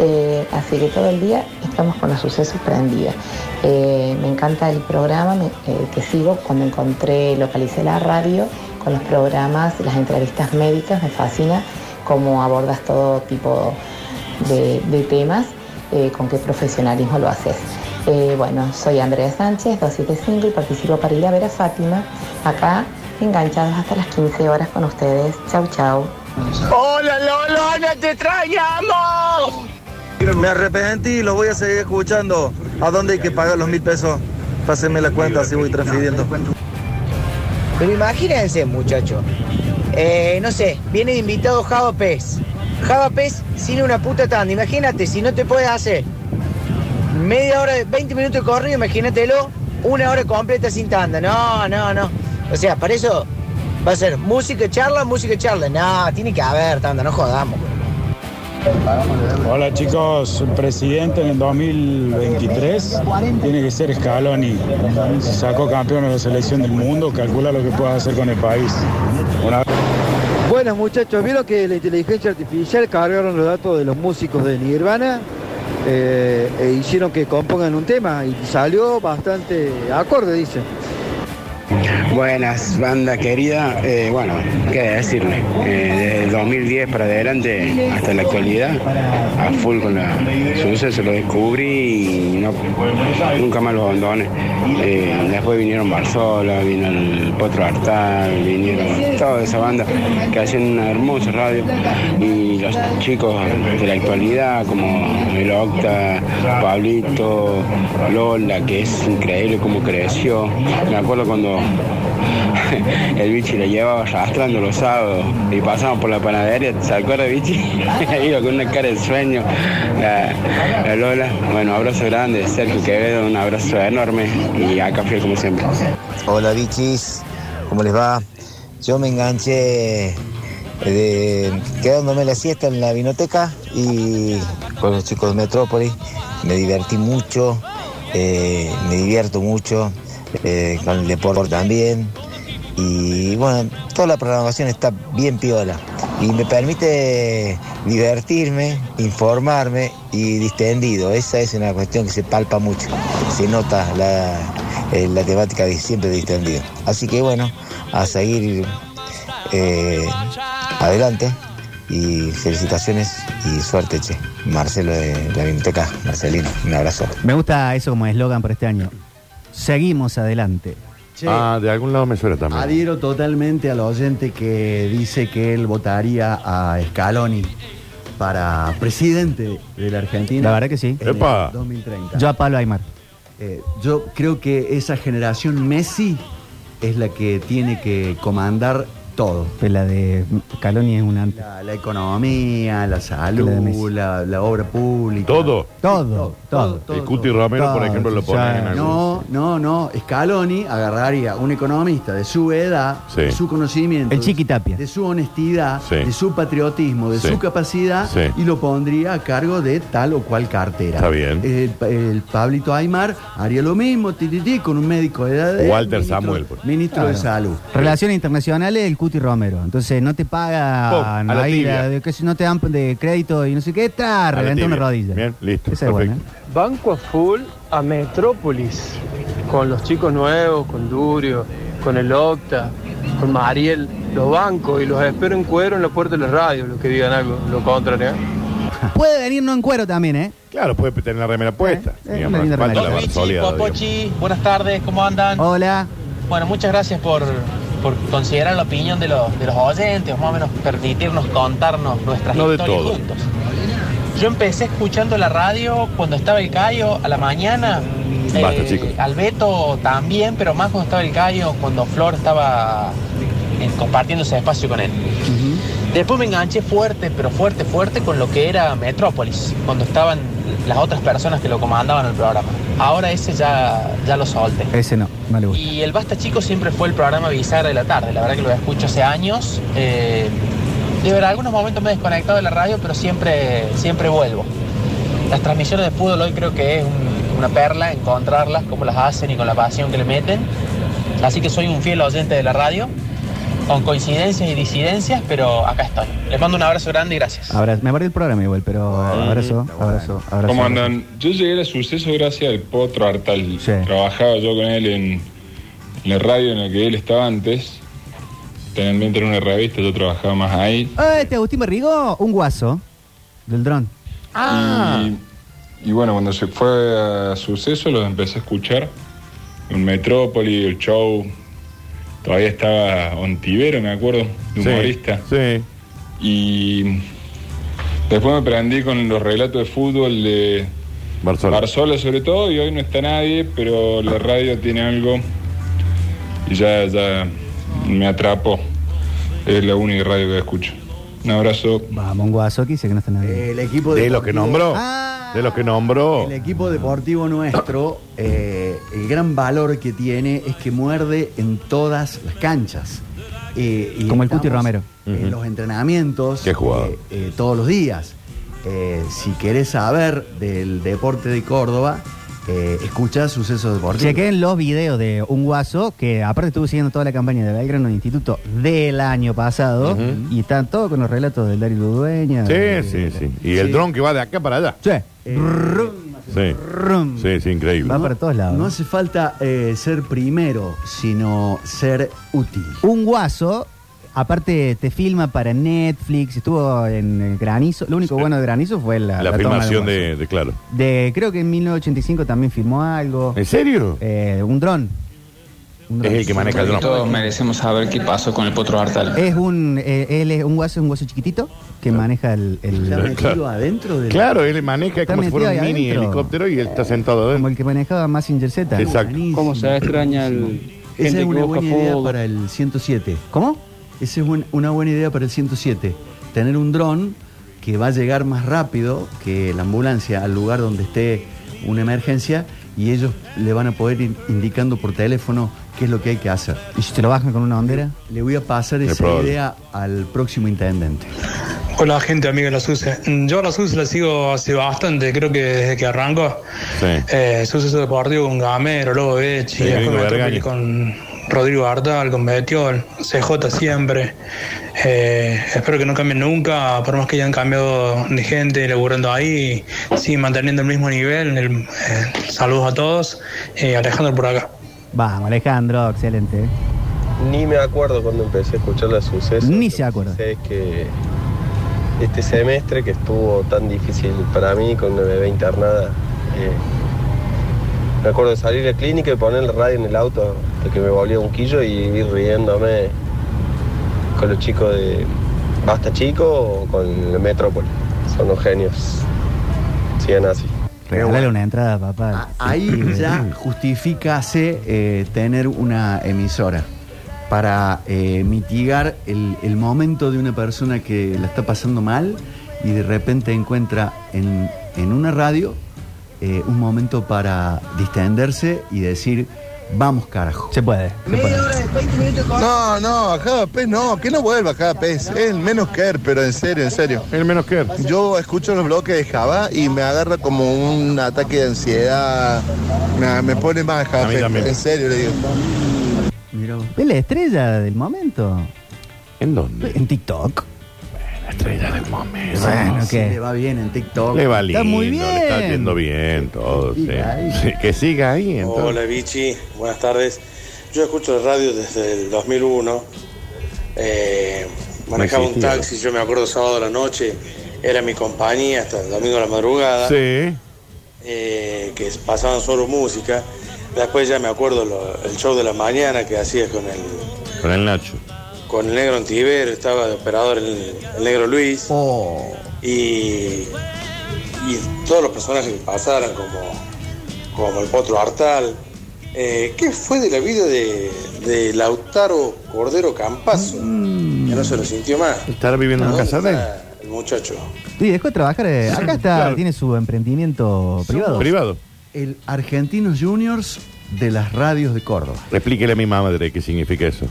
Eh, así que todo el día estamos con los sucesos prendidos. Eh, me encanta el programa me- eh, que sigo cuando encontré, localicé la radio con los programas, las entrevistas médicas, me fascina cómo abordas todo tipo de, de temas, eh, con qué profesionalismo lo haces. Eh, bueno, soy Andrea Sánchez, 275 y participo para ir a ver a Fátima, acá enganchados hasta las 15 horas con ustedes. Chau, chau. Hola Lolona, te extrañamos. Me arrepentí y los voy a seguir escuchando. ¿A dónde hay que pagar los mil pesos? Pásenme la cuenta, así voy transfiriendo. Pero imagínense, muchacho. Eh, no sé, viene de invitado Java Pez. Java Pez sin una puta tanda. Imagínate, si no te puedes hacer media hora, de- 20 minutos de corrido, imagínatelo, una hora completa sin tanda. No, no, no. O sea, para eso va a ser música charla, música charla. No, tiene que haber tanda, no jodamos. Hola chicos, el presidente en el 2023 tiene que ser Scaloni. Se sacó campeón de la selección del mundo, calcula lo que puedas hacer con el país. Una Buenas muchachos, ¿vieron que la inteligencia artificial cargaron los datos de los músicos de Nirvana Eh, e hicieron que compongan un tema y salió bastante acorde, dice. Buenas, banda querida. Eh, bueno, qué decirle. Eh, desde 2010 para adelante hasta la actualidad, a full con la suceso, lo descubrí y no, nunca más lo abandoné. Eh, después vinieron Barzola, vino el Potro Artal, vinieron toda esa banda que hacen una hermosa radio. Y los chicos de la actualidad, como el Octa, Pablito, Lola, que es increíble cómo creció. Me acuerdo cuando el bichi la llevaba arrastrando los sábados y pasamos por la panadería, ¿se acuerda bichi? Iba con una cara de sueño. La, la Lola, bueno, abrazo grande, Sergio Quevedo, un abrazo enorme y acá fiel como siempre. Hola bichis, ¿cómo les va? Yo me enganché de, quedándome la siesta en la vinoteca y con los chicos de Metrópolis. Me divertí mucho, eh, me divierto mucho, eh, con el deporte también. Y bueno, toda la programación está bien piola y me permite divertirme, informarme y distendido. Esa es una cuestión que se palpa mucho, se nota la, eh, la temática de siempre distendido. Así que bueno, a seguir eh, adelante y felicitaciones y suerte, che. Marcelo de la Biblioteca, Marcelino, un abrazo. Me gusta eso como eslogan para este año. Seguimos adelante. Che, Ah, de algún lado me suena también. Adhiero totalmente al oyente que dice que él votaría a Scaloni para presidente de la Argentina. La verdad que sí. en el Epa. 2030. Yo a Pablo Aymar. Eh, yo creo que esa generación Messi es la que tiene que comandar todo. Pero la de Caloni es una... La, la economía, la salud, la, la obra pública. Todo. Todo, todo. El Cuti Romero, por Todo, ejemplo, lo sí, ponen en sí. algún... No, no, no. Scaloni agarraría un economista de su edad, Sí. de su conocimiento, El Chiqui Tapia. de su honestidad, Sí. de su patriotismo, de Sí. su capacidad, Sí. y lo pondría a cargo de tal o cual cartera. Está bien. El, pa- el Pablito Aymar haría lo mismo, titití, con un médico de edad. de- Walter ministro- Samuel, por- Ministro de Claro. Salud. Relaciones internacionales, el Cuti Romero. Entonces no te Pum, paga a no la hay tibia. la- de, que si no te dan de crédito y no sé qué, está la reventó una tibia. rodilla. Bien, listo, Esa es ¿eh? buena. perfecto. Banco a full a Metrópolis, con los chicos nuevos, con Durio, con el Octa, con Mariel, los bancos y los espero en cuero en la puerta de la radio, los que digan algo, lo contrario. ¿eh? ¿eh? Puede venir no en cuero también, ¿eh? Claro, puede tener la remera puesta. Eh, eh, digamos, una linda falta la remera. Barzolia, digamos. buenas tardes, ¿cómo andan? Hola. Bueno, muchas gracias por, por considerar la opinión de los, de los oyentes, más o menos permitirnos contarnos nuestras No de historias todo. juntos. Yo empecé escuchando la radio cuando estaba el Cayo a la mañana. Basta, chicos. Al Beto también, pero más cuando estaba el Cayo, cuando Flor estaba eh, compartiendo ese espacio con él. Después me enganché fuerte, pero fuerte, fuerte con lo que era Metrópolis, cuando estaban las otras personas que lo comandaban el programa. Ahora ese ya, ya lo solté. Ese no, no le gusta. Y el Basta Chico siempre fue el programa bisagra de la tarde. La verdad que lo escucho hace años. Eh, de verdad, algunos momentos me he desconectado de la radio, pero siempre, siempre vuelvo. Las transmisiones de fútbol hoy creo que es un- una perla encontrarlas, como las hacen y con la pasión que le meten. Así que soy un fiel oyente de la radio. con coincidencias y disidencias, pero acá estoy. Les mando un abrazo grande y gracias. Ahora, me guardé el programa igual, pero abrazo, abrazo, abrazo. ¿Cómo andan? Yo llegué a Suceso gracias al Potro Artal. Trabajaba yo con él en la radio en la que él estaba antes. Realmente era una revista, yo trabajaba más ahí. Ah, Este Agustín Berrigo, un guaso del dron. Ah. Y, y bueno, cuando se fue a suceso los empecé a escuchar. En Metrópoli, el show. Todavía estaba Ontivero, me acuerdo, de Sí, humorista. Y después me prendí con los relatos de fútbol de Barzola. sobre todo, y hoy no está nadie, pero la radio tiene algo y ya, ya me atrapó. Es la única radio que escucho. Un abrazo. Vamos, un guaso que dice que no está nadie. El equipo De los deportivo- que nombró. De los que nombró. El equipo deportivo nuestro, eh, el gran valor que tiene es que muerde en todas las canchas. Eh, y Como el Cuti estamos Romero. En los entrenamientos. Qué jugador. eh, eh, todos los días. Eh, si querés saber del deporte de Córdoba, eh, escucha sucesos deportivos. Chequen los videos de un guaso que aparte estuvo siguiendo toda la campaña de Belgrano en el Instituto del año pasado y están todos con los relatos del Darío Dueña. Sí, sí, sí. Y el dron que va de acá para allá. Sí. Sí. Sí, sí, increíble. Va para todos lados. No hace falta eh, ser primero, sino ser útil. Un guaso, aparte te filma para Netflix, estuvo en el Granizo. Lo único bueno de Granizo fue la, La la toma del filmación guaso. de, de Claro. De- creo que en 1985 también filmó algo. ¿En serio? Eh, un dron. Un dron. Todos merecemos saber qué pasó con el Potro Artal. Es un, eh, él es un guaso, un guaso chiquitito que maneja el. el- ¿Está metido Claro. adentro del Claro, él maneja Está como si fuera un metido ahí mini adentro. helicóptero y él está sentado adentro. Como el que manejaba Massinger Z. Exacto. ¿Cómo se extraña Esa es que una busca buena idea fútbol. para el 107. ¿Cómo? Esa es un- una buena idea para el 107. Tener un dron que va a llegar más rápido que la ambulancia al lugar donde esté una emergencia y ellos le van a poder ir indicando por teléfono qué es lo que hay que hacer. ¿Y si te lo bajan con una bandera? Le voy a pasar Es esa probable. idea al próximo intendente. Hola gente amiga de la SUSE. Mm, Yo a la SUSE la sigo hace bastante, creo que desde que arranco. Eh, SUSE deportivo con Gamero, Lobo Bechi, Sí, después Nico Metrópoli Vergani. con Rodrigo Artal, con Betiol, CJ siempre. Eh, espero que no cambien nunca, por más que hayan cambiado de gente laburando ahí, sí, manteniendo el mismo nivel. El- eh, saludos a todos. Eh, Alejandro por acá. Vamos, Alejandro, excelente. ¿eh? Ni me acuerdo cuando empecé a escuchar la suceso. Ni Lo se que acuerda. sé es que este semestre que estuvo tan difícil para mí con 9 internada, eh, me acuerdo de salir de clínica y poner la radio en el auto hasta que me volvía un quillo y vi riéndome con los chicos de Basta Chico o con la Metrópoli. Son unos genios. Sigan así. Regálale una entrada, papá. Ahí ya justificase eh, tener una emisora para eh, mitigar el, el momento de una persona que la está pasando mal y de repente encuentra en, en una radio eh, un momento para distenderse y decir, vamos carajo. Se puede. No, no, cada pez no, que no vuelva cada pez. Es el menos care, pero en serio, en serio. El menos care. Yo escucho los bloques de Java y me agarra como un ataque de ansiedad. Me, me pone más A Java, mí también. en serio le digo. Es la estrella del momento. ¿En dónde? En TikTok. La estrella del momento. Bueno, Sí, ¿qué? Le va bien en TikTok. Le va Está lindo, muy le está bien. yendo bien todo. sí. siga ahí. Sí, que siga ahí. entonces. Hola Vichy, buenas tardes. Yo escucho la radio desde el 2001. Eh, manejaba un existía. taxi, yo me acuerdo sábado a la noche, era mi compañía hasta el domingo a la madrugada, Sí. eh, que pasaban solo música. Después ya me acuerdo lo- el show de la mañana que hacías con el, Con el Nacho. con el negro Antivero, estaba de operador el, el negro Luis. Oh. Y, y todos los personajes que pasaron, como, como el Potro Artal. Eh, ¿Qué fue de la vida de, de Lautaro Cordero Campazo? Que no se lo sintió más. Estar Mm. viviendo en ¿Dónde casa de él. está El muchacho. Sí, dejó de trabajar. eh, Acá está, Claro. tiene su emprendimiento privado. El Argentinos Juniors de las radios de Córdoba. Eh, Explíquele a mi madre qué significa eso.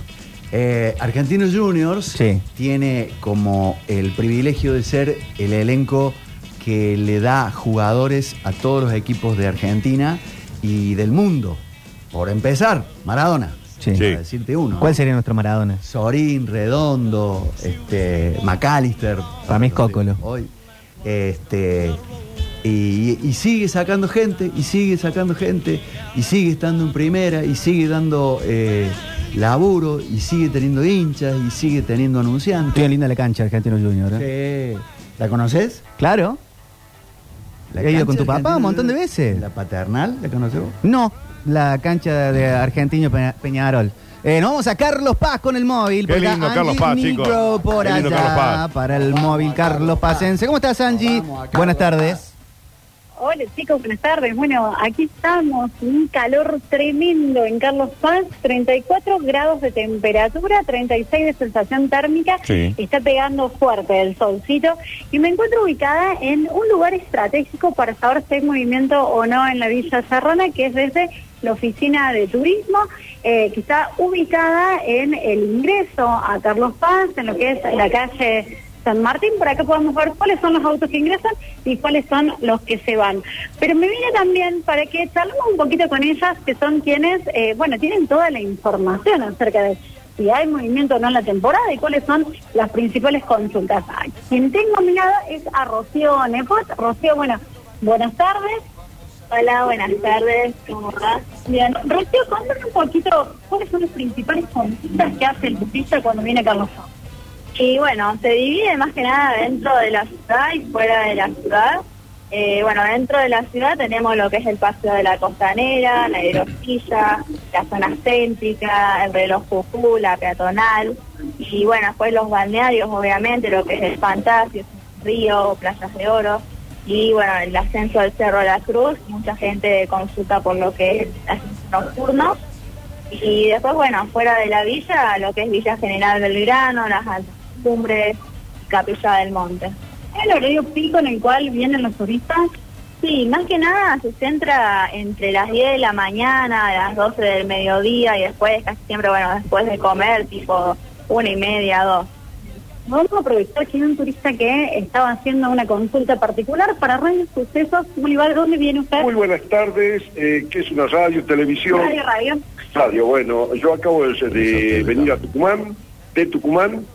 Eh, Argentinos Juniors tiene como el privilegio de ser el elenco que le da jugadores a todos los equipos de Argentina y del mundo. Por empezar, Maradona. Sí. para decirte uno. ¿Cuál sería nuestro Maradona? Sorín, Redondo, este, McAllister. Para mí es Cócolo. Hoy. Este, y, y sigue sacando gente, y sigue sacando gente, y sigue estando en primera, y sigue dando eh, laburo, y sigue teniendo hinchas, y sigue teniendo anunciantes. Tiene linda la cancha Argentino Junior. ¿eh? Sí. ¿La conoces? Claro. He ido cancha con tu papá Argentino un montón de veces. ¿La paternal? ¿La conoces vos? No, la cancha de Argentino Peña- Peñarol. Eh, nos vamos a Carlos Paz con el móvil. Qué porque lindo Angie Carlos Paz, Nigro chicos. por Qué lindo allá, Carlos Paz. para el móvil Carlos Pasense. ¿Cómo estás, Angie? Buenas tardes. Hola chicos, buenas tardes. Bueno, aquí estamos, un calor tremendo en Carlos Paz, 34 grados de temperatura, 36 de sensación térmica, Sí. está pegando fuerte el solcito y me encuentro ubicada en un lugar estratégico para saber si hay movimiento o no en la Villa Serrana, que es desde la oficina de turismo, eh, que está ubicada en el ingreso a Carlos Paz, en lo que es la calle San Martín, por acá podemos ver cuáles son los autos que ingresan y cuáles son los que se van. Pero me vine también para que charlemos un poquito con ellas, que son quienes, eh, bueno, tienen toda la información acerca de si hay movimiento o no en la temporada y cuáles son las principales consultas. A Quien tengo a mi lado es a Rocío Nepot. Rocío, bueno, buenas tardes. Hola, buenas tardes, ¿cómo vas? Bien, Rocío, cuéntanos un poquito cuáles son las principales consultas que hace el turista cuando viene a Carlos Paz? Y bueno, se divide más que nada dentro de la ciudad y fuera de la ciudad. Eh, bueno, dentro de la ciudad tenemos lo que es el paseo de la costanera, la hidrosilla, la zona céntrica, el reloj Jujú, la peatonal. Y bueno, después los balnearios, obviamente, lo que es el Fantasio, Río, Playas de Oro. Y bueno, el ascenso al Cerro de la Cruz, mucha gente consulta por lo que es el ascenso nocturno. Y después, bueno, fuera de la villa, lo que es Villa General Belgrano, las altas cumbres, Capilla del Monte. ¿El horario pico en el cual vienen los turistas? Sí, más que nada se centra entre las 10 de la mañana, a las 12 del mediodía y después, casi siempre, bueno, después de comer, tipo una y media, dos. Vamos a aprovechar que hay un turista que estaba haciendo una consulta particular para Radio Sucesos. Bolívar, ¿dónde viene usted? Muy buenas tardes, eh, que es una radio, televisión, Radio, radio. radio. Bueno, yo acabo de, de venir a Tucumán, de Tucumán,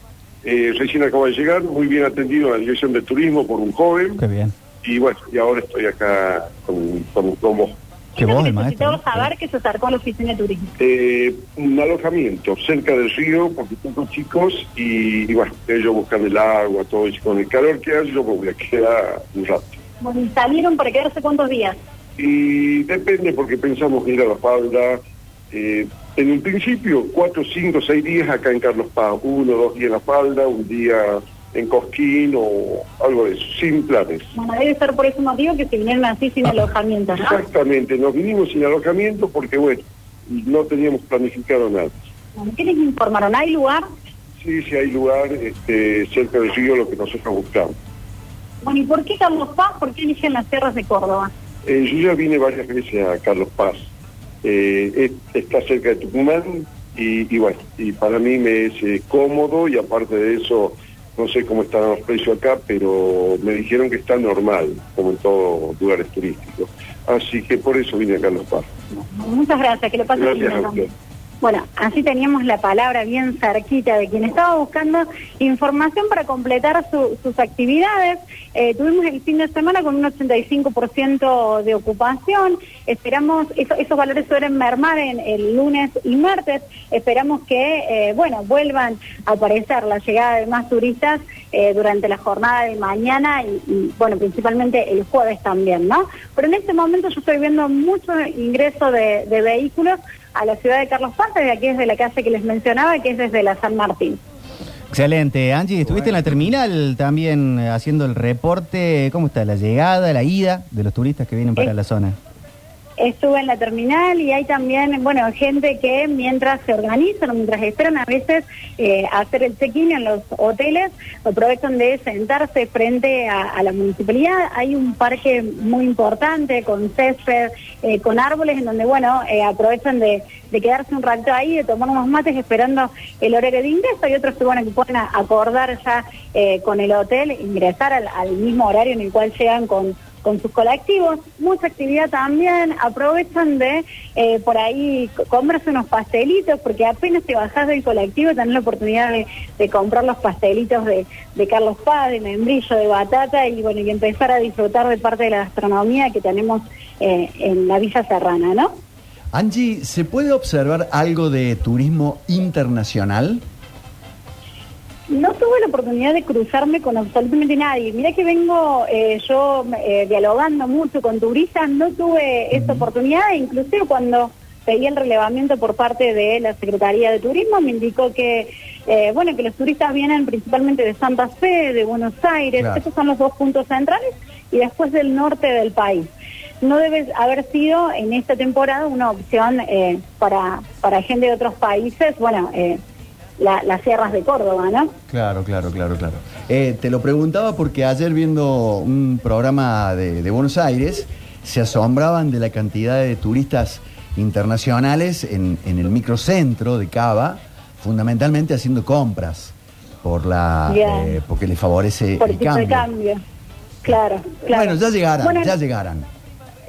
eh, recién acabo de llegar, muy bien atendido en la dirección de turismo por un joven, Qué bien. y bueno, y ahora estoy acá con, con, con vos. Qué voz, el maestro. Necesitamos saber que se acercó a la oficina de turismo. Eh, un alojamiento cerca del río, porque tengo chicos, y, y bueno, ellos buscan el agua, todo eso, con el calor que hay, yo me voy a quedar un rato. Bueno, ¿y salieron para quedarse cuántos días? Y depende porque pensamos ir a la falda. eh, en un principio, cuatro, cinco, seis días acá en Carlos Paz. Uno, dos días en la falda, un día en Cosquín o algo de eso, sin planes. Bueno, debe ser por ese motivo que se vinieron así sin alojamiento, ¿no? Exactamente, nos vinimos sin alojamiento porque, bueno, no teníamos planificado nada. Bueno, ¿Qué les informaron? ¿Hay lugar? Sí, sí hay lugar este, cerca del río lo que nosotros buscamos. Bueno, ¿y por qué Carlos Paz? ¿Por qué eligen las tierras de Córdoba? Eh, yo ya vine varias veces a Carlos Paz. Eh, es- está cerca de Tucumán y, y bueno, y para mí me es eh, cómodo y aparte de eso, no sé cómo están los precios acá, pero me dijeron que está normal, como en todos lugares turísticos. Así que por eso vine a Carlos Paz. Muchas gracias, que lo pasen Gracias a lindo. usted. Bueno, así teníamos la palabra bien cerquita de quien estaba buscando información para completar su- sus actividades. Eh, tuvimos el fin de semana con un 85% de ocupación. Esperamos, eso- esos valores suelen mermar en el lunes y martes. Esperamos que, eh, bueno, vuelvan a aparecer la llegada de más turistas eh, durante la jornada de mañana y, y, bueno, principalmente el jueves también, ¿no? Pero en este momento yo estoy viendo mucho ingreso de- de vehículos a la ciudad de Carlos Paz, desde aquí desde la calle que les mencionaba, que es desde la San Martín. Excelente. Angie, estuviste en la terminal también eh, haciendo el reporte. ¿Cómo está la llegada, la ida de los turistas que vienen Eh. para la zona? Estuve en la terminal y hay también, bueno, gente que mientras se organizan o mientras esperan a veces eh, hacer el check-in en los hoteles, aprovechan de sentarse frente a, a la municipalidad. Hay un parque muy importante con césped, eh, con árboles, en donde, bueno, eh, aprovechan de, de quedarse un rato ahí, de tomar unos mates esperando el horario de ingreso. Hay otros que, bueno, que pueden a- acordar ya eh, con el hotel, ingresar al, al mismo horario en el cual llegan con con sus colectivos, mucha actividad también, aprovechan de eh, por ahí co- comprarse unos pastelitos, porque apenas te bajás del colectivo tenés la oportunidad de, de comprar los pastelitos de, de Carlos Paz, de membrillo, de batata, y bueno, y empezar a disfrutar de parte de la gastronomía que tenemos eh, en la Villa Serrana, ¿no? Angie, ¿se puede observar algo de turismo internacional? No tuve la oportunidad de cruzarme con absolutamente nadie. Mira que vengo eh, yo eh, dialogando mucho con turistas, no tuve esa oportunidad, inclusive cuando pedí el relevamiento por parte de la Secretaría de Turismo me indicó que eh, bueno que los turistas vienen principalmente de Santa Fe, de Buenos Aires, Claro. esos son los dos puntos centrales y después del norte del país. No debe haber sido en esta temporada una opción eh, para para gente de otros países, bueno eh, la- las sierras de Córdoba, ¿no? Claro, claro, claro, claro. Eh, te lo preguntaba porque ayer viendo un programa de, de Buenos Aires, se asombraban de la cantidad de turistas internacionales en, en el microcentro de Cava, fundamentalmente haciendo compras por la Bien. eh, porque les favorece por el tipo de cambio. cambio. Claro, claro. Bueno, ya llegarán, Bueno, ya llegarán. ya,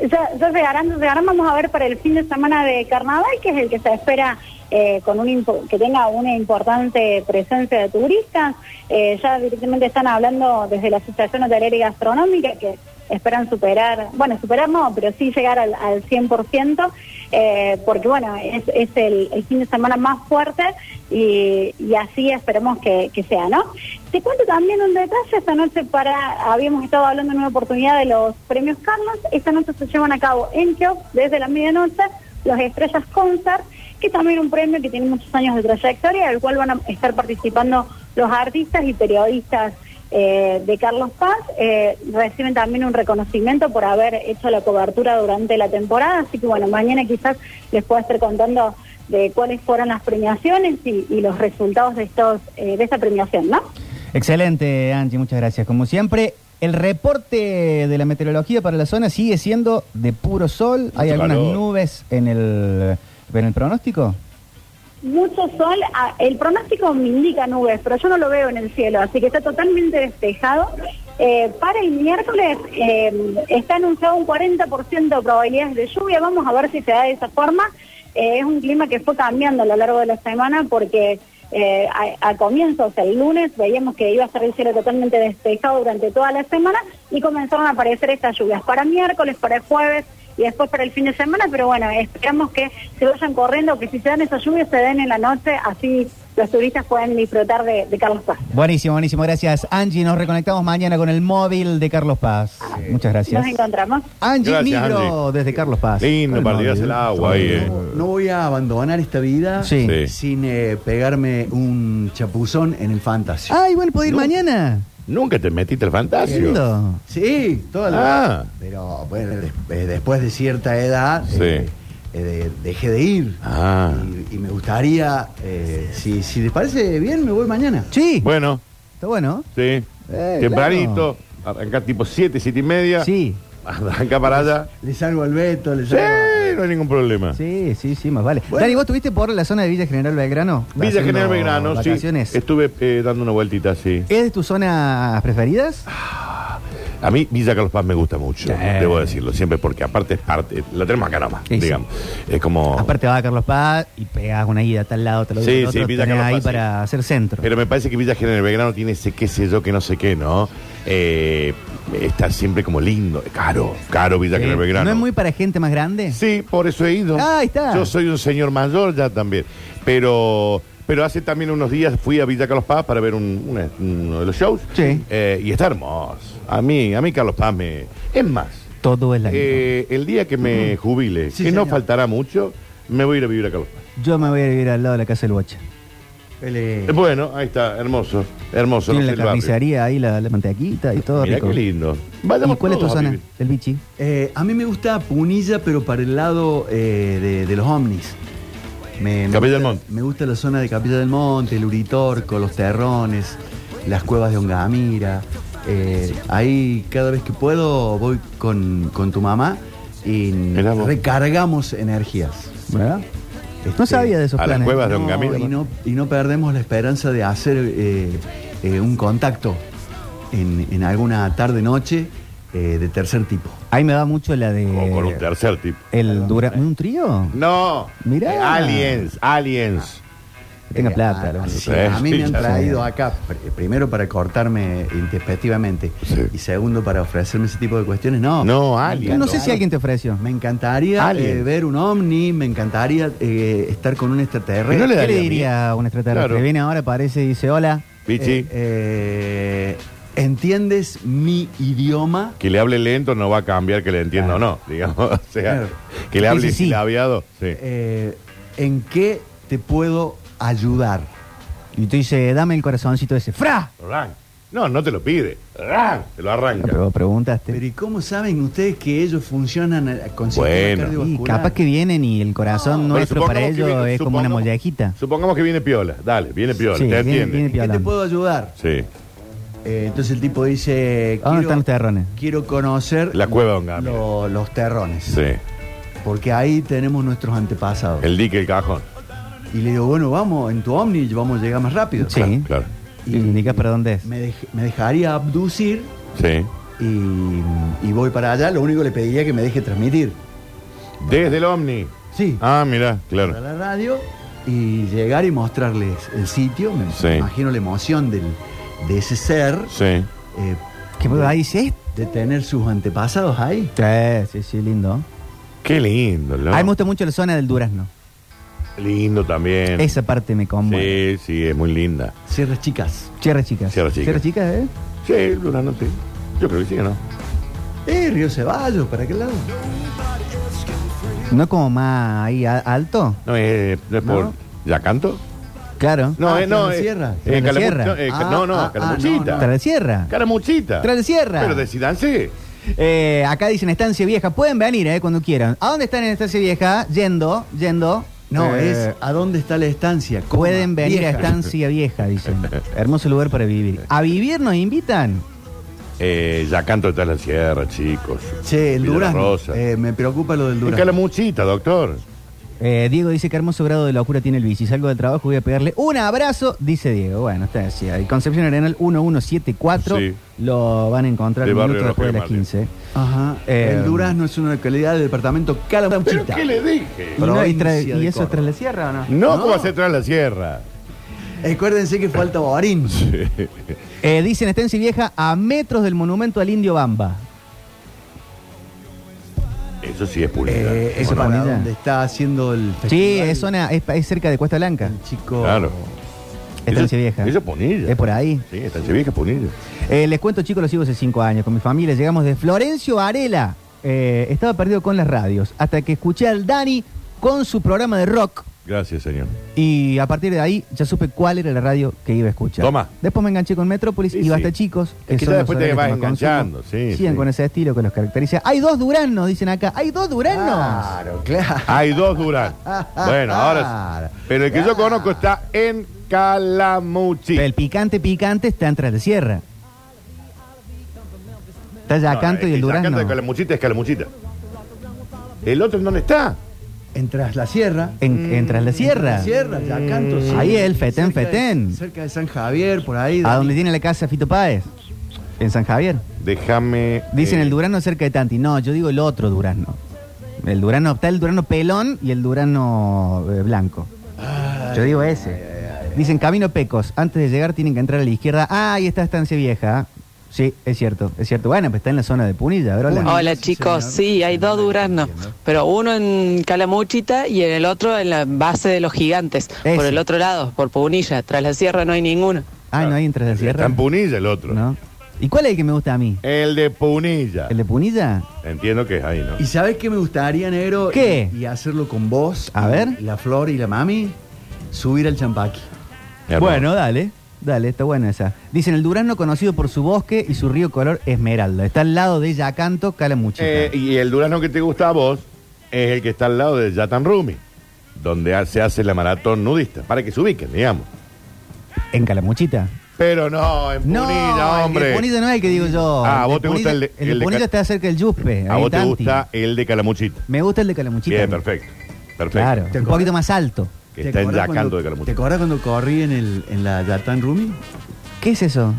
ya llegarán, ya llegarán. Vamos a ver para el fin de semana de carnaval, que es el que se espera eh, con un impo- que tenga una importante presencia de turistas. Eh, ya directamente están hablando desde la Asociación Hotelera y Gastronómica que esperan superar, bueno, superar no, pero sí llegar al, al 100%, eh, porque bueno, es, es el, el fin de semana más fuerte y, y así esperemos que, que sea, ¿no? Te cuento también un detalle, esta noche para, habíamos estado hablando en una oportunidad de los premios Carlos, esta noche se llevan a cabo en Kiosc desde la medianoche los Estrellas Concert, que también un premio que tiene muchos años de trayectoria, del cual van a estar participando los artistas y periodistas eh, de Carlos Paz. Eh, reciben también un reconocimiento por haber hecho la cobertura durante la temporada, así que bueno, mañana quizás les pueda estar contando de cuáles fueron las premiaciones y, y los resultados de estos eh, de esta premiación, ¿no? Excelente, Angie, muchas gracias. Como siempre, el reporte de la meteorología para la zona sigue siendo de puro sol. ¿Hay algunas calor. nubes en el, en el pronóstico? Mucho sol, ah, el pronóstico me indica nubes, pero yo no lo veo en el cielo, así que está totalmente despejado. Eh, para el miércoles eh, está anunciado un 40% de probabilidades de lluvia, vamos a ver si se da de esa forma. Eh, es un clima que fue cambiando a lo largo de la semana porque eh, a, a comienzos, el lunes, veíamos que iba a estar el cielo totalmente despejado durante toda la semana y comenzaron a aparecer estas lluvias para miércoles, para el jueves y después para el fin de semana, pero bueno, esperamos que se vayan corriendo, que si se dan esas lluvias se den en la noche, así los turistas pueden disfrutar de, de Carlos Paz. Buenísimo, buenísimo, gracias. Angie, nos reconectamos mañana con el móvil de Carlos Paz. Muchas gracias. Nos encontramos. Angie Gracias, Migro, desde Carlos Paz. Lindo Ay, para no, tirarse el Dios. agua ahí, eh. No, no voy a abandonar esta vida Sí. Sí. sin eh, pegarme un chapuzón en el fantasy. Ay, bueno, ¿puedo ir No. mañana? Nunca te metiste al Qué fantasio. lindo. Sí, toda la Ah. Pero bueno, des- eh, después de cierta edad Sí. Ah. eh, eh, de- dejé de ir. Y, y me gustaría, eh, si, si les parece bien, me voy mañana. Sí. Bueno, Está bueno. sí. Eh, Tempranito. Arrancá tipo 7, 7 y media. Sí. Arranca para allá. Le salgo al Beto, le Sí, salgo. no hay ningún problema. Sí, sí, sí, más vale. Dani, ¿vos estuviste por la zona de Villa General Belgrano? Villa Haciendo General Belgrano, sí. vacaciones. Estuve eh, dando una vueltita, sí. ¿Es de tus zonas preferidas? Ah. A mí Villa Carlos Paz me gusta mucho, debo decirlo siempre, porque aparte es parte, la tenemos acá nomás, Sí, sí. digamos. Es como... Aparte va a Carlos Paz y pegas una guía a tal lado, te lo Sí, digo, al sí, otro, Villa tenés Carlos ahí Paz, para hacer centro. Pero me parece que Villa General Belgrano tiene ese qué sé yo, que no sé qué, ¿no? Eh, está siempre como lindo, caro, caro Villa General Belgrano. ¿No es muy para gente más grande? Sí, por eso he ido. Ah, ahí está. Yo soy un señor mayor ya también. Pero, pero hace también unos días fui a Villa Carlos Paz para ver un- una- uno de los shows. Sí. Eh, y está hermoso. A mí, a mí Carlos Paz me. Es más, Todo es la misma. eh, el día que me jubile, Sí, que no señor. faltará mucho, me voy a ir a vivir a Carlos Paz. Yo me voy a vivir al lado de la casa del Bocha. Eh, bueno, ahí está, hermoso. Hermoso. Tiene no sé la el barrio. carnicería ahí, la, la mantequita y todo Mirá rico. qué lindo. Vayamos ¿Y cuál es tu todos a zona? vivir. El bichi. Eh, a mí me gusta Punilla, pero para el lado eh, de, de los ovnis. Me, me Capilla del gusta- Monte. Me gusta la zona de Capilla del Monte, el Uritorco, los terrones, las cuevas de Ongamira. Eh, ahí cada vez que puedo voy con, con tu mamá y recargamos energías. ¿Verdad? No sabía de esos planes. No, Y no, y no perdemos la esperanza de hacer eh, eh, un contacto en, en alguna tarde-noche eh, de tercer tipo. Ahí me va mucho la de. O con un tercer tipo. El dura ¿Un trío? No. Mirá. Eh, aliens, aliens. Ah, Que tenga plata. ¿no? Sí, a mí me han traído acá, pr- primero para cortarme introspectivamente y segundo para ofrecerme ese tipo de cuestiones. No, No, alguien. No sé si alguien te ofreció. Me encantaría Alguien. eh, ver un ovni, me encantaría eh, estar con un extraterrestre. ¿Qué le diría a un extraterrestre? Claro. Viene ahora, aparece y dice: Hola. Pichi. Eh, eh, ¿Entiendes mi idioma? Que le hable lento no va a cambiar que le entienda o no, digamos. O sea, Claro. que le hable Sí, sí, sí. silabiado. Sí. Eh, ¿En qué te puedo ayudar? Y tú dices: Dame el corazoncito ese. ¡Fra! Arran- No, no te lo pide. Arran- Te lo arranca. Pero preguntaste. Pero ¿y cómo saben ustedes que ellos funcionan eh, con sistema Bueno. Y cardiovascular? capaz que vienen y el corazón No, nuestro pero para supongamos que ellos viene- es como una supongamos- mollejita. Supongamos que viene piola. Dale, viene piola. Sí, ¿Te viene- entiende? viene ¿En ¿Qué te hablando. puedo ayudar? Sí. Eh, entonces el tipo dice... ¿Dónde están los terrones? Quiero conocer La cueva de Don Gamio. lo- los terrones. Sí. Porque ahí tenemos nuestros antepasados. El dique, el cajón. Y le digo, bueno, vamos, en tu Omni vamos a llegar más rápido. Sí. Claro. Y le indicas para dónde es. Me, dej- me dejaría abducir Sí. y, y voy para allá. Lo único que le pediría es que me deje transmitir. Desde el Omni. Sí. Ah, mira, a claro. la radio y llegar y mostrarles el sitio. Me Sí. me imagino la emoción del, de ese ser. Sí. eh, ¿Qué va dice? de tener sus antepasados ahí. Sí, sí, sí, lindo. Qué lindo, A mí me ¿no? gusta mucho la zona del durazno. Lindo también. Esa parte me conmueve. Sí, sí, es muy linda. Sierras chicas. Sierra Chicas. Sierra Chica. Sierra Chicas, ¿eh? Sí, Luna, no sé. Yo creo que sí, ¿no? Eh, Río Ceballos, ¿para qué lado? No es como más ahí a- alto. No es, no es por. No. ¿Ya canto? Claro. No, Ah, eh, no. Tras eh, la Sierra. eh, Tras la Calamu- Sierra. no, eh, ca- Ah, no, no, ah, ah, Calamuchita. Tras la sierra. Caramuchita. Tras la sierra. Pero decidanse. Eh, acá dicen Estancia Vieja. Pueden venir, ¿eh? Cuando quieran. ¿A dónde están en Estancia Vieja? Yendo, yendo. No, Eh, es a dónde está la estancia. Coma, Pueden venir vieja. a Estancia Vieja, dicen. Hermoso lugar para vivir. ¿A vivir nos invitan? Eh, ya canto detrás de la sierra, chicos. Che, el Villa La durazno. Rosa. Eh, me preocupa lo del En durazno. Calamuchita, doctor. Eh, Diego dice que hermoso grado de locura tiene el bici. Salgo del trabajo, voy a pegarle un abrazo, dice Diego. Bueno, está así. El Concepción Arenal 1174 Sí. lo van a encontrar De minutos barrio después de Rogelio las 15. Ajá. Eh, el durazno es una localidad del departamento Calamuchita. dije? Y, no, y, tra- Provincia de y eso es Córdoba. tras la sierra o no? No, ¿cómo hacer tras la sierra? Acuérdense que falta Borín. Eh, dicen Estensi Vieja a metros del monumento al indio Bamba. Eso sí es publicidad. Eh, eso Bueno, para Bonilla. donde está haciendo el festival. Sí, es, zona, es, pa- es cerca de Cuesta Blanca. El chico. claro. Eso- Estancia Vieja. Eso es Ponilla. Es por ahí. Sí, Estancia Vieja es Ponilla. Eh, les cuento, chicos, los sigo hace cinco años con mi familia. Llegamos de Florencio Varela. Eh, estaba perdido con las radios. Hasta que escuché al Dani con su programa de rock. Gracias, señor. Y a partir de ahí ya supe cuál era la radio que iba a escuchar. Toma. Después me enganché con Metrópolis Sí, y Basta sí. Chicos. Es que ya son los después te horarios vas que más consumo. enganchando, sí, Siguen sí. con ese estilo que los caracteriza. Hay dos Duranos, dicen acá. Hay dos Duranos. Claro, claro. Hay dos Durán. Bueno, ahora. sí. Pero el que yo conozco está en Calamuchita. Pero el picante picante está en Tras de Sierra. Está Yacanto y el Durano. Yacanto de Calamuchita es Calamuchita. ¿El otro en dónde está? En Tras la Sierra. Mm, En, en Tras de Sierra. Tras la Sierra, ya canto. sí. Ahí es el Fetén, Cerca de- Fetén. cerca de San Javier, por ahí. A donde tiene la casa Fito Páez. En San Javier. Déjame. Dicen eh, el Durano cerca de Tanti. No, yo digo el otro Durano. El Durano, está el Durano pelón y el Durano eh, blanco. Ah, Yo digo ese. Dicen Camino Pecos. Antes de llegar tienen que entrar a la izquierda. Ah, ahí está Estancia Vieja. Sí, es cierto, es cierto. Bueno, pues está en la zona de Punilla. A ver, hola. Hola chicos, sí, hay dos duraznos, pero uno en Calamuchita y en el otro en la base de los gigantes, por Ese. el otro lado, por Punilla, tras la sierra no hay ninguno. Ah, no hay entre la Está sierra. en Punilla el otro. ¿No? ¿Y cuál es el que me gusta a mí? El de Punilla. ¿El de Punilla? Entiendo que es ahí, ¿no? ¿Y sabes qué me gustaría, negro? ¿Qué? Y, y hacerlo con vos. A ver. La flor y la mami. Subir al champaqui. Hermoso. Bueno, dale. Dale, está buena esa. Dicen, el Durano conocido por su bosque y su río color esmeralda. Está al lado de Yacanto, Calamuchita. Eh, y el durazno que te gusta a vos es el que está al lado de Yatan Rumi, donde ha- se hace la maratón nudista, para que se ubiquen, digamos. ¿En Calamuchita? Pero no, en No, Punilla, hombre. el de Punilla no es el que digo yo. Ah, ¿a El vos te gusta Punilla- el de- de el de Punilla Cal- está cerca del Yuspe. a ahí vos te Tanti. gusta el de Calamuchita. Me gusta el de Calamuchita. Bien, perfecto. Perfecto. Claro, ¿Te un acordás? poquito más alto. Que ¿Te está en acordás Yacanto cuando- ¿Te de Calamuchita. acuerdas cuando corrí en, el, en la Yatán Rumi? ¿Qué es eso?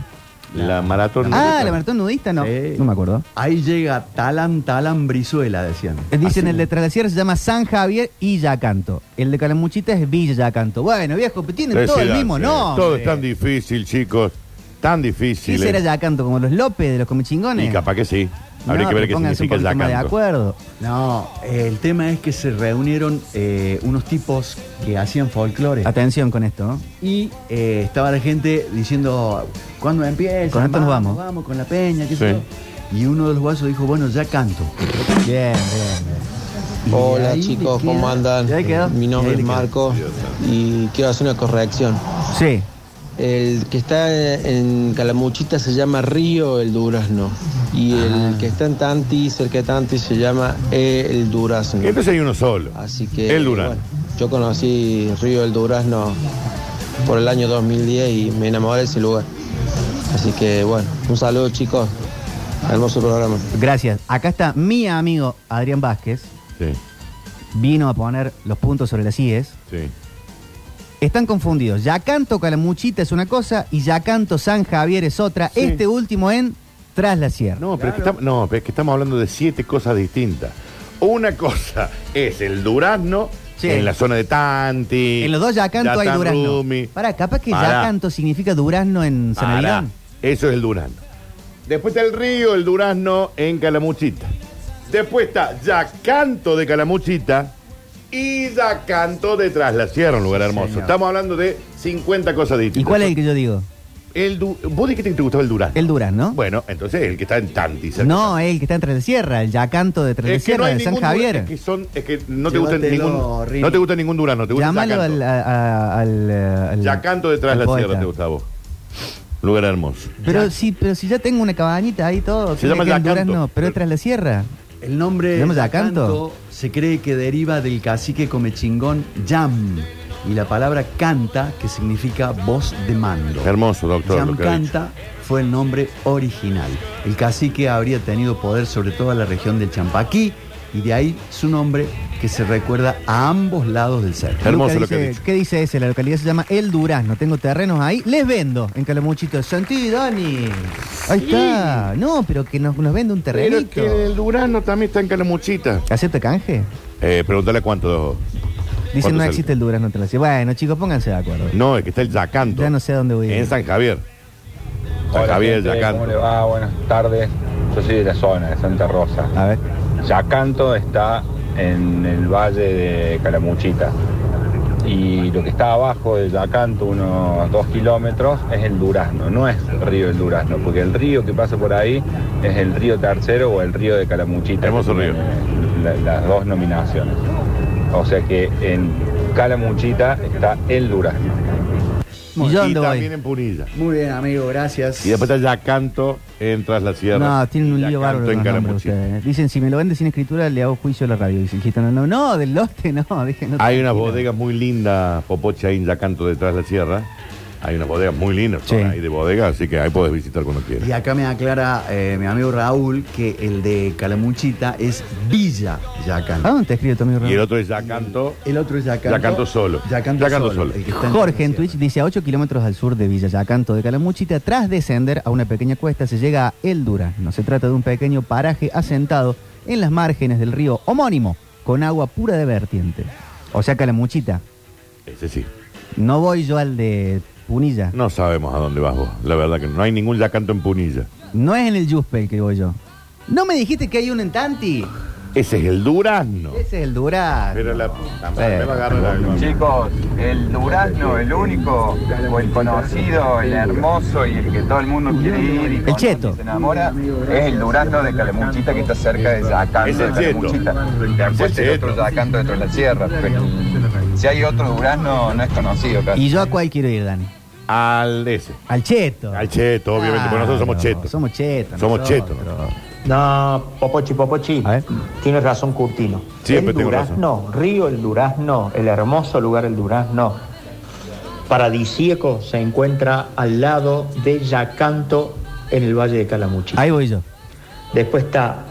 La maratón. Ah, la maratón nudista no. No me acuerdo. Ahí llega Talan, Talan, Brizuela, decían. Dicen el de Tras la Sierra se llama San Javier y Yacanto. El de Calamuchita es Villa Yacanto. Bueno, viejo, pero tienen todo el Decídanse. mismo no Todo es tan difícil, chicos. Tan difícil. eh. ¿Qué será Yacanto? ¿Como los López de los comichingones? Y capaz que sí. No, Habría que ver pero qué pónganse un significa poquito más de Yacanto. acuerdo. No, eh, el tema es que se reunieron eh, unos tipos que hacían folclore. Atención con esto, ¿no? Y eh, estaba la gente diciendo, ¿cuándo empieza? Con esto nos vamos. Vamos con la peña, qué Sí. sé yo. Y uno de los guasos dijo, bueno, ya canto. bien. Bien, Hola chicos, ¿cómo andan? Mi nombre es Marco y quiero hacer una corrección. Sí. El que está en Calamuchita se llama Río el Durazno y Ah. el que está en Tanti, cerca de Tanti, se llama E El Durazno. Entonces Este hay uno solo. Así que El Durazno. bueno, yo conocí Río el Durazno por el año 2010 y me enamoré de ese lugar. Así que bueno, un saludo chicos. Hermoso programa. Gracias. Acá está mi amigo Adrián Vázquez. Sí. Vino a poner los puntos sobre las IES. Sí. Están confundidos. Yacanto Calamuchita es una cosa y Yacanto San Javier es otra. Este último en Tras la Sierra. No, pero es que estamos, no, pero es que estamos hablando de siete cosas distintas. Una cosa es el durazno Sí. en la zona de Tanti. En los dos Yacanto hay Datán durazno. Rumi. Pará, capaz que Pará. Yacanto significa durazno en San Pará, Elirán. Eso es el durazno. Después está el río, el durazno en Calamuchita. Después está Yacanto de Calamuchita y Yacanto de Tras la Sierra, un lugar hermoso. señor. Estamos hablando de 50 cosas distintas. ¿Y cuál es el que yo digo? El du- Vos dijiste que te gustaba el durazno. El durazno. Bueno, entonces el que está en Tanti. cerca. No, es el que está en Tras la Sierra, el Yacanto de Tras la Es que no Sierra, hay de San ningún dura- Javier. Es que, son, es que no, te gusta Llévatelo, ningún, Rini. no te gusta ningún Durano, te gusta Llámalo Yacanto. al, a- a- al, eh, al- Yacanto detrás al de la poeta. sierra te gusta a vos. Lugar hermoso. Pero sí, pero si ya tengo una cabañita ahí todo. Se ¿qué llama me queda en Yacanto. Durazno? pero es tras la sierra. El nombre ¿Tenemos Yacanto Yacanto? se cree que deriva del cacique comechingón Yam y la palabra canta que significa voz de mando. Hermoso, doctor. Yam lo que ha dicho. Canta fue el nombre original. El cacique habría tenido poder sobre toda la región del Champaquí y de ahí su nombre que se recuerda a ambos lados del cerro. Luca dice, ¿Qué dice ese? La localidad se llama El Durazno. Tengo terrenos ahí. Les vendo en Calamuchito. Sentí, Dani. Ahí está. No, pero que nos, nos vende un Pero terrenito. que el Durano también está en Calamuchita. ¿Acepta canje? Eh, pregúntale cuánto. Dicen cuánto no sale. existe el Durazno. en Tras la Sierra. Bueno, chicos, pónganse de acuerdo. No, es que está el Yacanto. Ya no sé a dónde voy. En San Javier. San Hola, Javier, gente, ¿Cómo le Yacanto. va? Buenas tardes. Yo soy de la zona, de Santa Rosa. A ver. Yacanto está en el valle de Calamuchita. Y lo que está abajo de Yacanto, unos dos kilómetros, es el Durazno. No es río el Durazno, porque el río que pasa por ahí es el río Tercero o el río de Calamuchita. Hermoso río. las dos nominaciones. O sea que en Calamuchita está el Durazno. ¿Y yo dónde voy? también en Punilla. Muy bien, amigo, gracias. Y después está Yacanto en Tras la Sierra. No, tienen un lío Yacanto bárbaro. en los nombres Calamuchita. ustedes. Dicen, si me lo vende sin escritura, le hago juicio a la radio. Dicen, Gitano, no, no, del lote, no. déjenlo Hay tranquilo. unas bodegas muy lindas, Popocha ahí en Yacanto detrás de la sierra. Hay unas bodegas muy lindas, son ahí de bodegas, así que ahí podés visitar cuando quieras. Y acá me aclara eh, mi amigo Raúl que el de Calamuchita es Villa Yacanto. ¿A dónde Ah, te escribe tu amigo Y Raúl? el otro es Yacanto. El otro es Yacanto. Yacanto solo. Yacanto Yacanto solo. solo. El que está en Jorge en Twitch dice a 8 kilómetros al sur de Villa Yacanto de Calamuchita, tras descender a una pequeña cuesta se llega a El Durazno. Se trata de un pequeño paraje asentado en las márgenes del río homónimo, con agua pura de vertiente. O sea, Calamuchita. Ese sí. No voy yo al de Punilla. No sabemos a dónde vas vos. La verdad que no hay ningún Yacanto en Punilla. No es en el Yuspe el que voy yo. ¿No me dijiste que hay uno en Tanti? Ese es el Durazno. Ese es el Durazno. Pero la puta madre, Sí. me va a agarrar algo. Chicos, el durazno, el único, o el conocido, el hermoso y el que todo el mundo quiere ir y con el que cheto. se enamora, es el durazno de Calamuchita que está cerca de Yacanto Es de el cheto. Calamuchita. Después Es el el otro Yacanto dentro de la sierra, pero si hay otro durazno no es conocido casi. ¿Y yo a cuál quiero ir, Dani? Al ese. Al Cheto. Al Cheto, obviamente, porque nosotros Ah, somos Claro, chetos. Somos chetos. Somos chetos. nosotros. No, Popochi, Popochi. Tienes razón, Curtino. Siempre el tengo Durazno, Río el Durazno, el hermoso lugar el Durazno, paradisíaco, se encuentra al lado de Yacanto en el Valle de Calamuchita. Ahí voy yo. Después está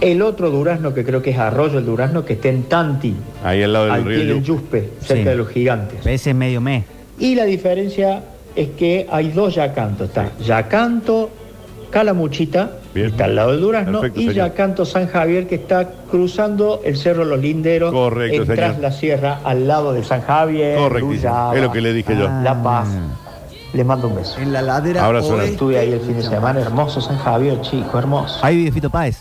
el otro Durazno, que creo que es Arroyo el Durazno, que está en Tanti, Ahí al lado del al río pie del Yuc. Yuspe, cerca Sí. de los gigantes. Ese es medio mes. Y la diferencia es que hay dos Yacanto. Está Yacanto Calamuchita, que está al lado del Durazno, Perfecto, y señor. Yacanto San Javier, que está cruzando el Cerro Los Linderos, Correcto, en señor. tras la sierra, al lado de San Javier. Correctísimo, Luyaba, es lo que le dije yo. La Paz. Ah. Les mando un beso. En la ladera Abrazo oeste. Estuve ahí el fin de semana, hermoso San Javier, chico, hermoso. Ahí vive Fito Páez.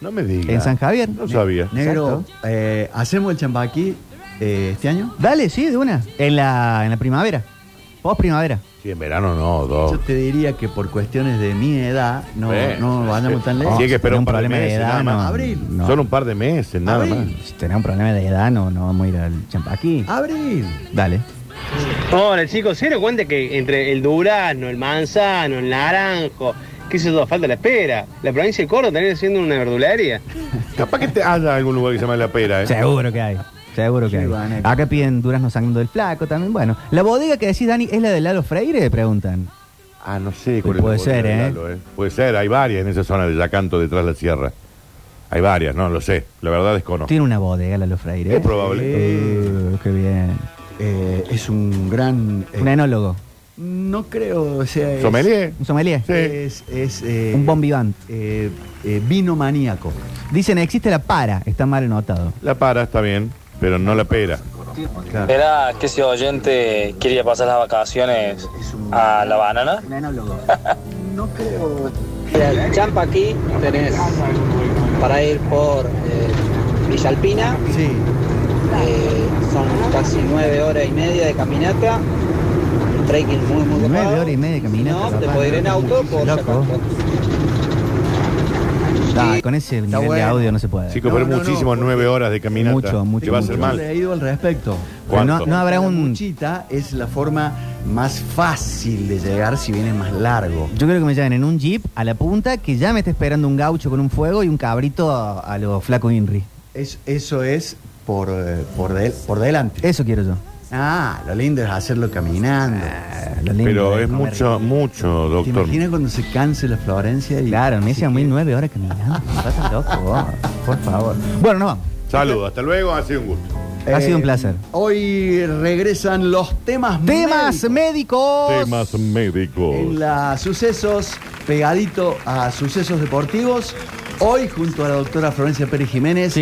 No me digas. En San Javier. No sabía. Negro, eh, ¿hacemos el chambaquí eh, este año? Dale, sí, de una. En la, en la primavera. Post primavera. Sí, en verano Yo no, dos. te diría que por cuestiones de mi edad no, Bueno, no vayamos tan lejos. Si hay que esperar Tenía un par de problema meses, nada más. Abril. Son un par de meses, nada Abril. más. Si tenemos un problema de edad, no, no vamos a ir al champaquí. Abril. Dale. Hola chicos, se dieron cuenta que entre el durazno, el manzano, el naranjo, qué sé yo, falta la pera. La provincia de Córdoba también siendo una verdularia. Capaz que te haya algún lugar que se llama La Pera, ¿eh? Seguro que hay. Seguro que hay. Acá piden durazno sangrando del flaco también. Bueno, la bodega que decís, Dani, ¿es la de Lalo Freire? Preguntan. Ah, no sé. Puede cuál es la bodega ser, de ¿eh? Lalo, Puede ser, hay varias en esa zona de Yacanto detrás de la sierra. Hay varias, no lo sé. La verdad desconozco. Tiene una bodega Lalo Freire. Es probable. Uh, qué bien. Eh, es un gran. un enólogo. No creo, o sea. es- ¿Sommelier? Un sommelier. Es, es, eh, Un bombiván. eh, eh, vino maníaco. Dicen, existe la para. Está mal anotado. La Para está bien, pero no La Pera. Era que ese oyente quería pasar las vacaciones a La Banana. No creo. El champa aquí tenés para ir por eh, Villa Alpina. Eh, son casi nueve horas y media de caminata. Un trekking muy, muy Nueve copado. horas y media caminando. No, te puedes ir en auto por Loco. Ah, con ese nivel de bueno. audio no se puede. Chicos, pero muchísimo nueve horas de caminata. Mucho, mucho, Te va a mucho. hacer Yo he mal. leído al respecto. ¿Cuánto? No- no habrá La un- muchita es la forma más fácil de llegar si viene más largo. Yo creo que me lleven en un jeep a la punta que ya me está esperando un gaucho con un fuego y un cabrito a, a lo flaco Inri. Es, eso es por, eh, por, del- por delante. Eso quiero yo. Ah, lo lindo es hacerlo caminando. Ah, Pero es mucho, mucho, ¿Te doctor. imaginas cuando se canse la Florencia? Y Claro, me dicen mil nueve horas caminando. Estás loco vos, por favor. Bueno, nos vamos. Saludos, hasta luego, ha sido un gusto. Ha Eh, sido un placer. Hoy regresan los temas Temas médicos. Temas médicos. En la Sucesos, pegadito a Sucesos Deportivos, hoy junto a la doctora Florencia Pérez Jiménez,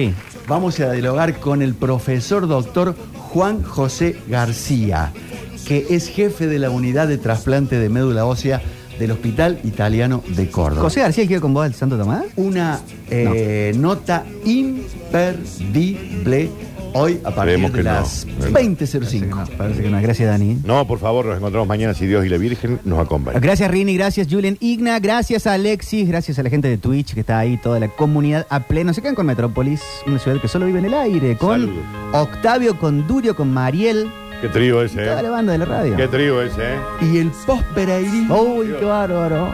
vamos a dialogar con el profesor doctor Juan José García, que es jefe de la unidad de trasplante de médula ósea del Hospital Italiano de Córdoba. José García quiere con vos al Santo Tomás. Una eh, nota imperdible hoy a partir Creemos de que no. las 20.05. Parece que no. Gracias, Dani. No, por favor, nos encontramos mañana si Dios y la Virgen nos acompañan. Gracias Rini, gracias Julian Igna, gracias a Alexis, gracias a la gente de Twitch que está ahí, toda la comunidad a pleno. Se quedan con Metrópolis, una ciudad que solo vive en el aire, con Saludos. Octavio, con Durio, con Mariel, Qué trío ese, toda la ¿eh? banda de la radio. Qué trío ese, ¿eh? Y el post-pereirismo. Uy, qué bárbaro.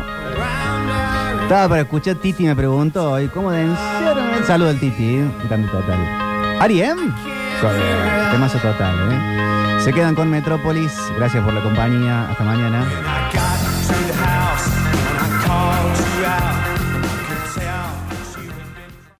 Estaba para escuchar Titi me preguntó hoy, ¿cómo densearon el saludo al Titi? Un cambio total. Ariem. Temazo total, ¿eh? Se quedan con Metrópolis. Gracias por la compañía. Hasta mañana. I got to the house and I called you out.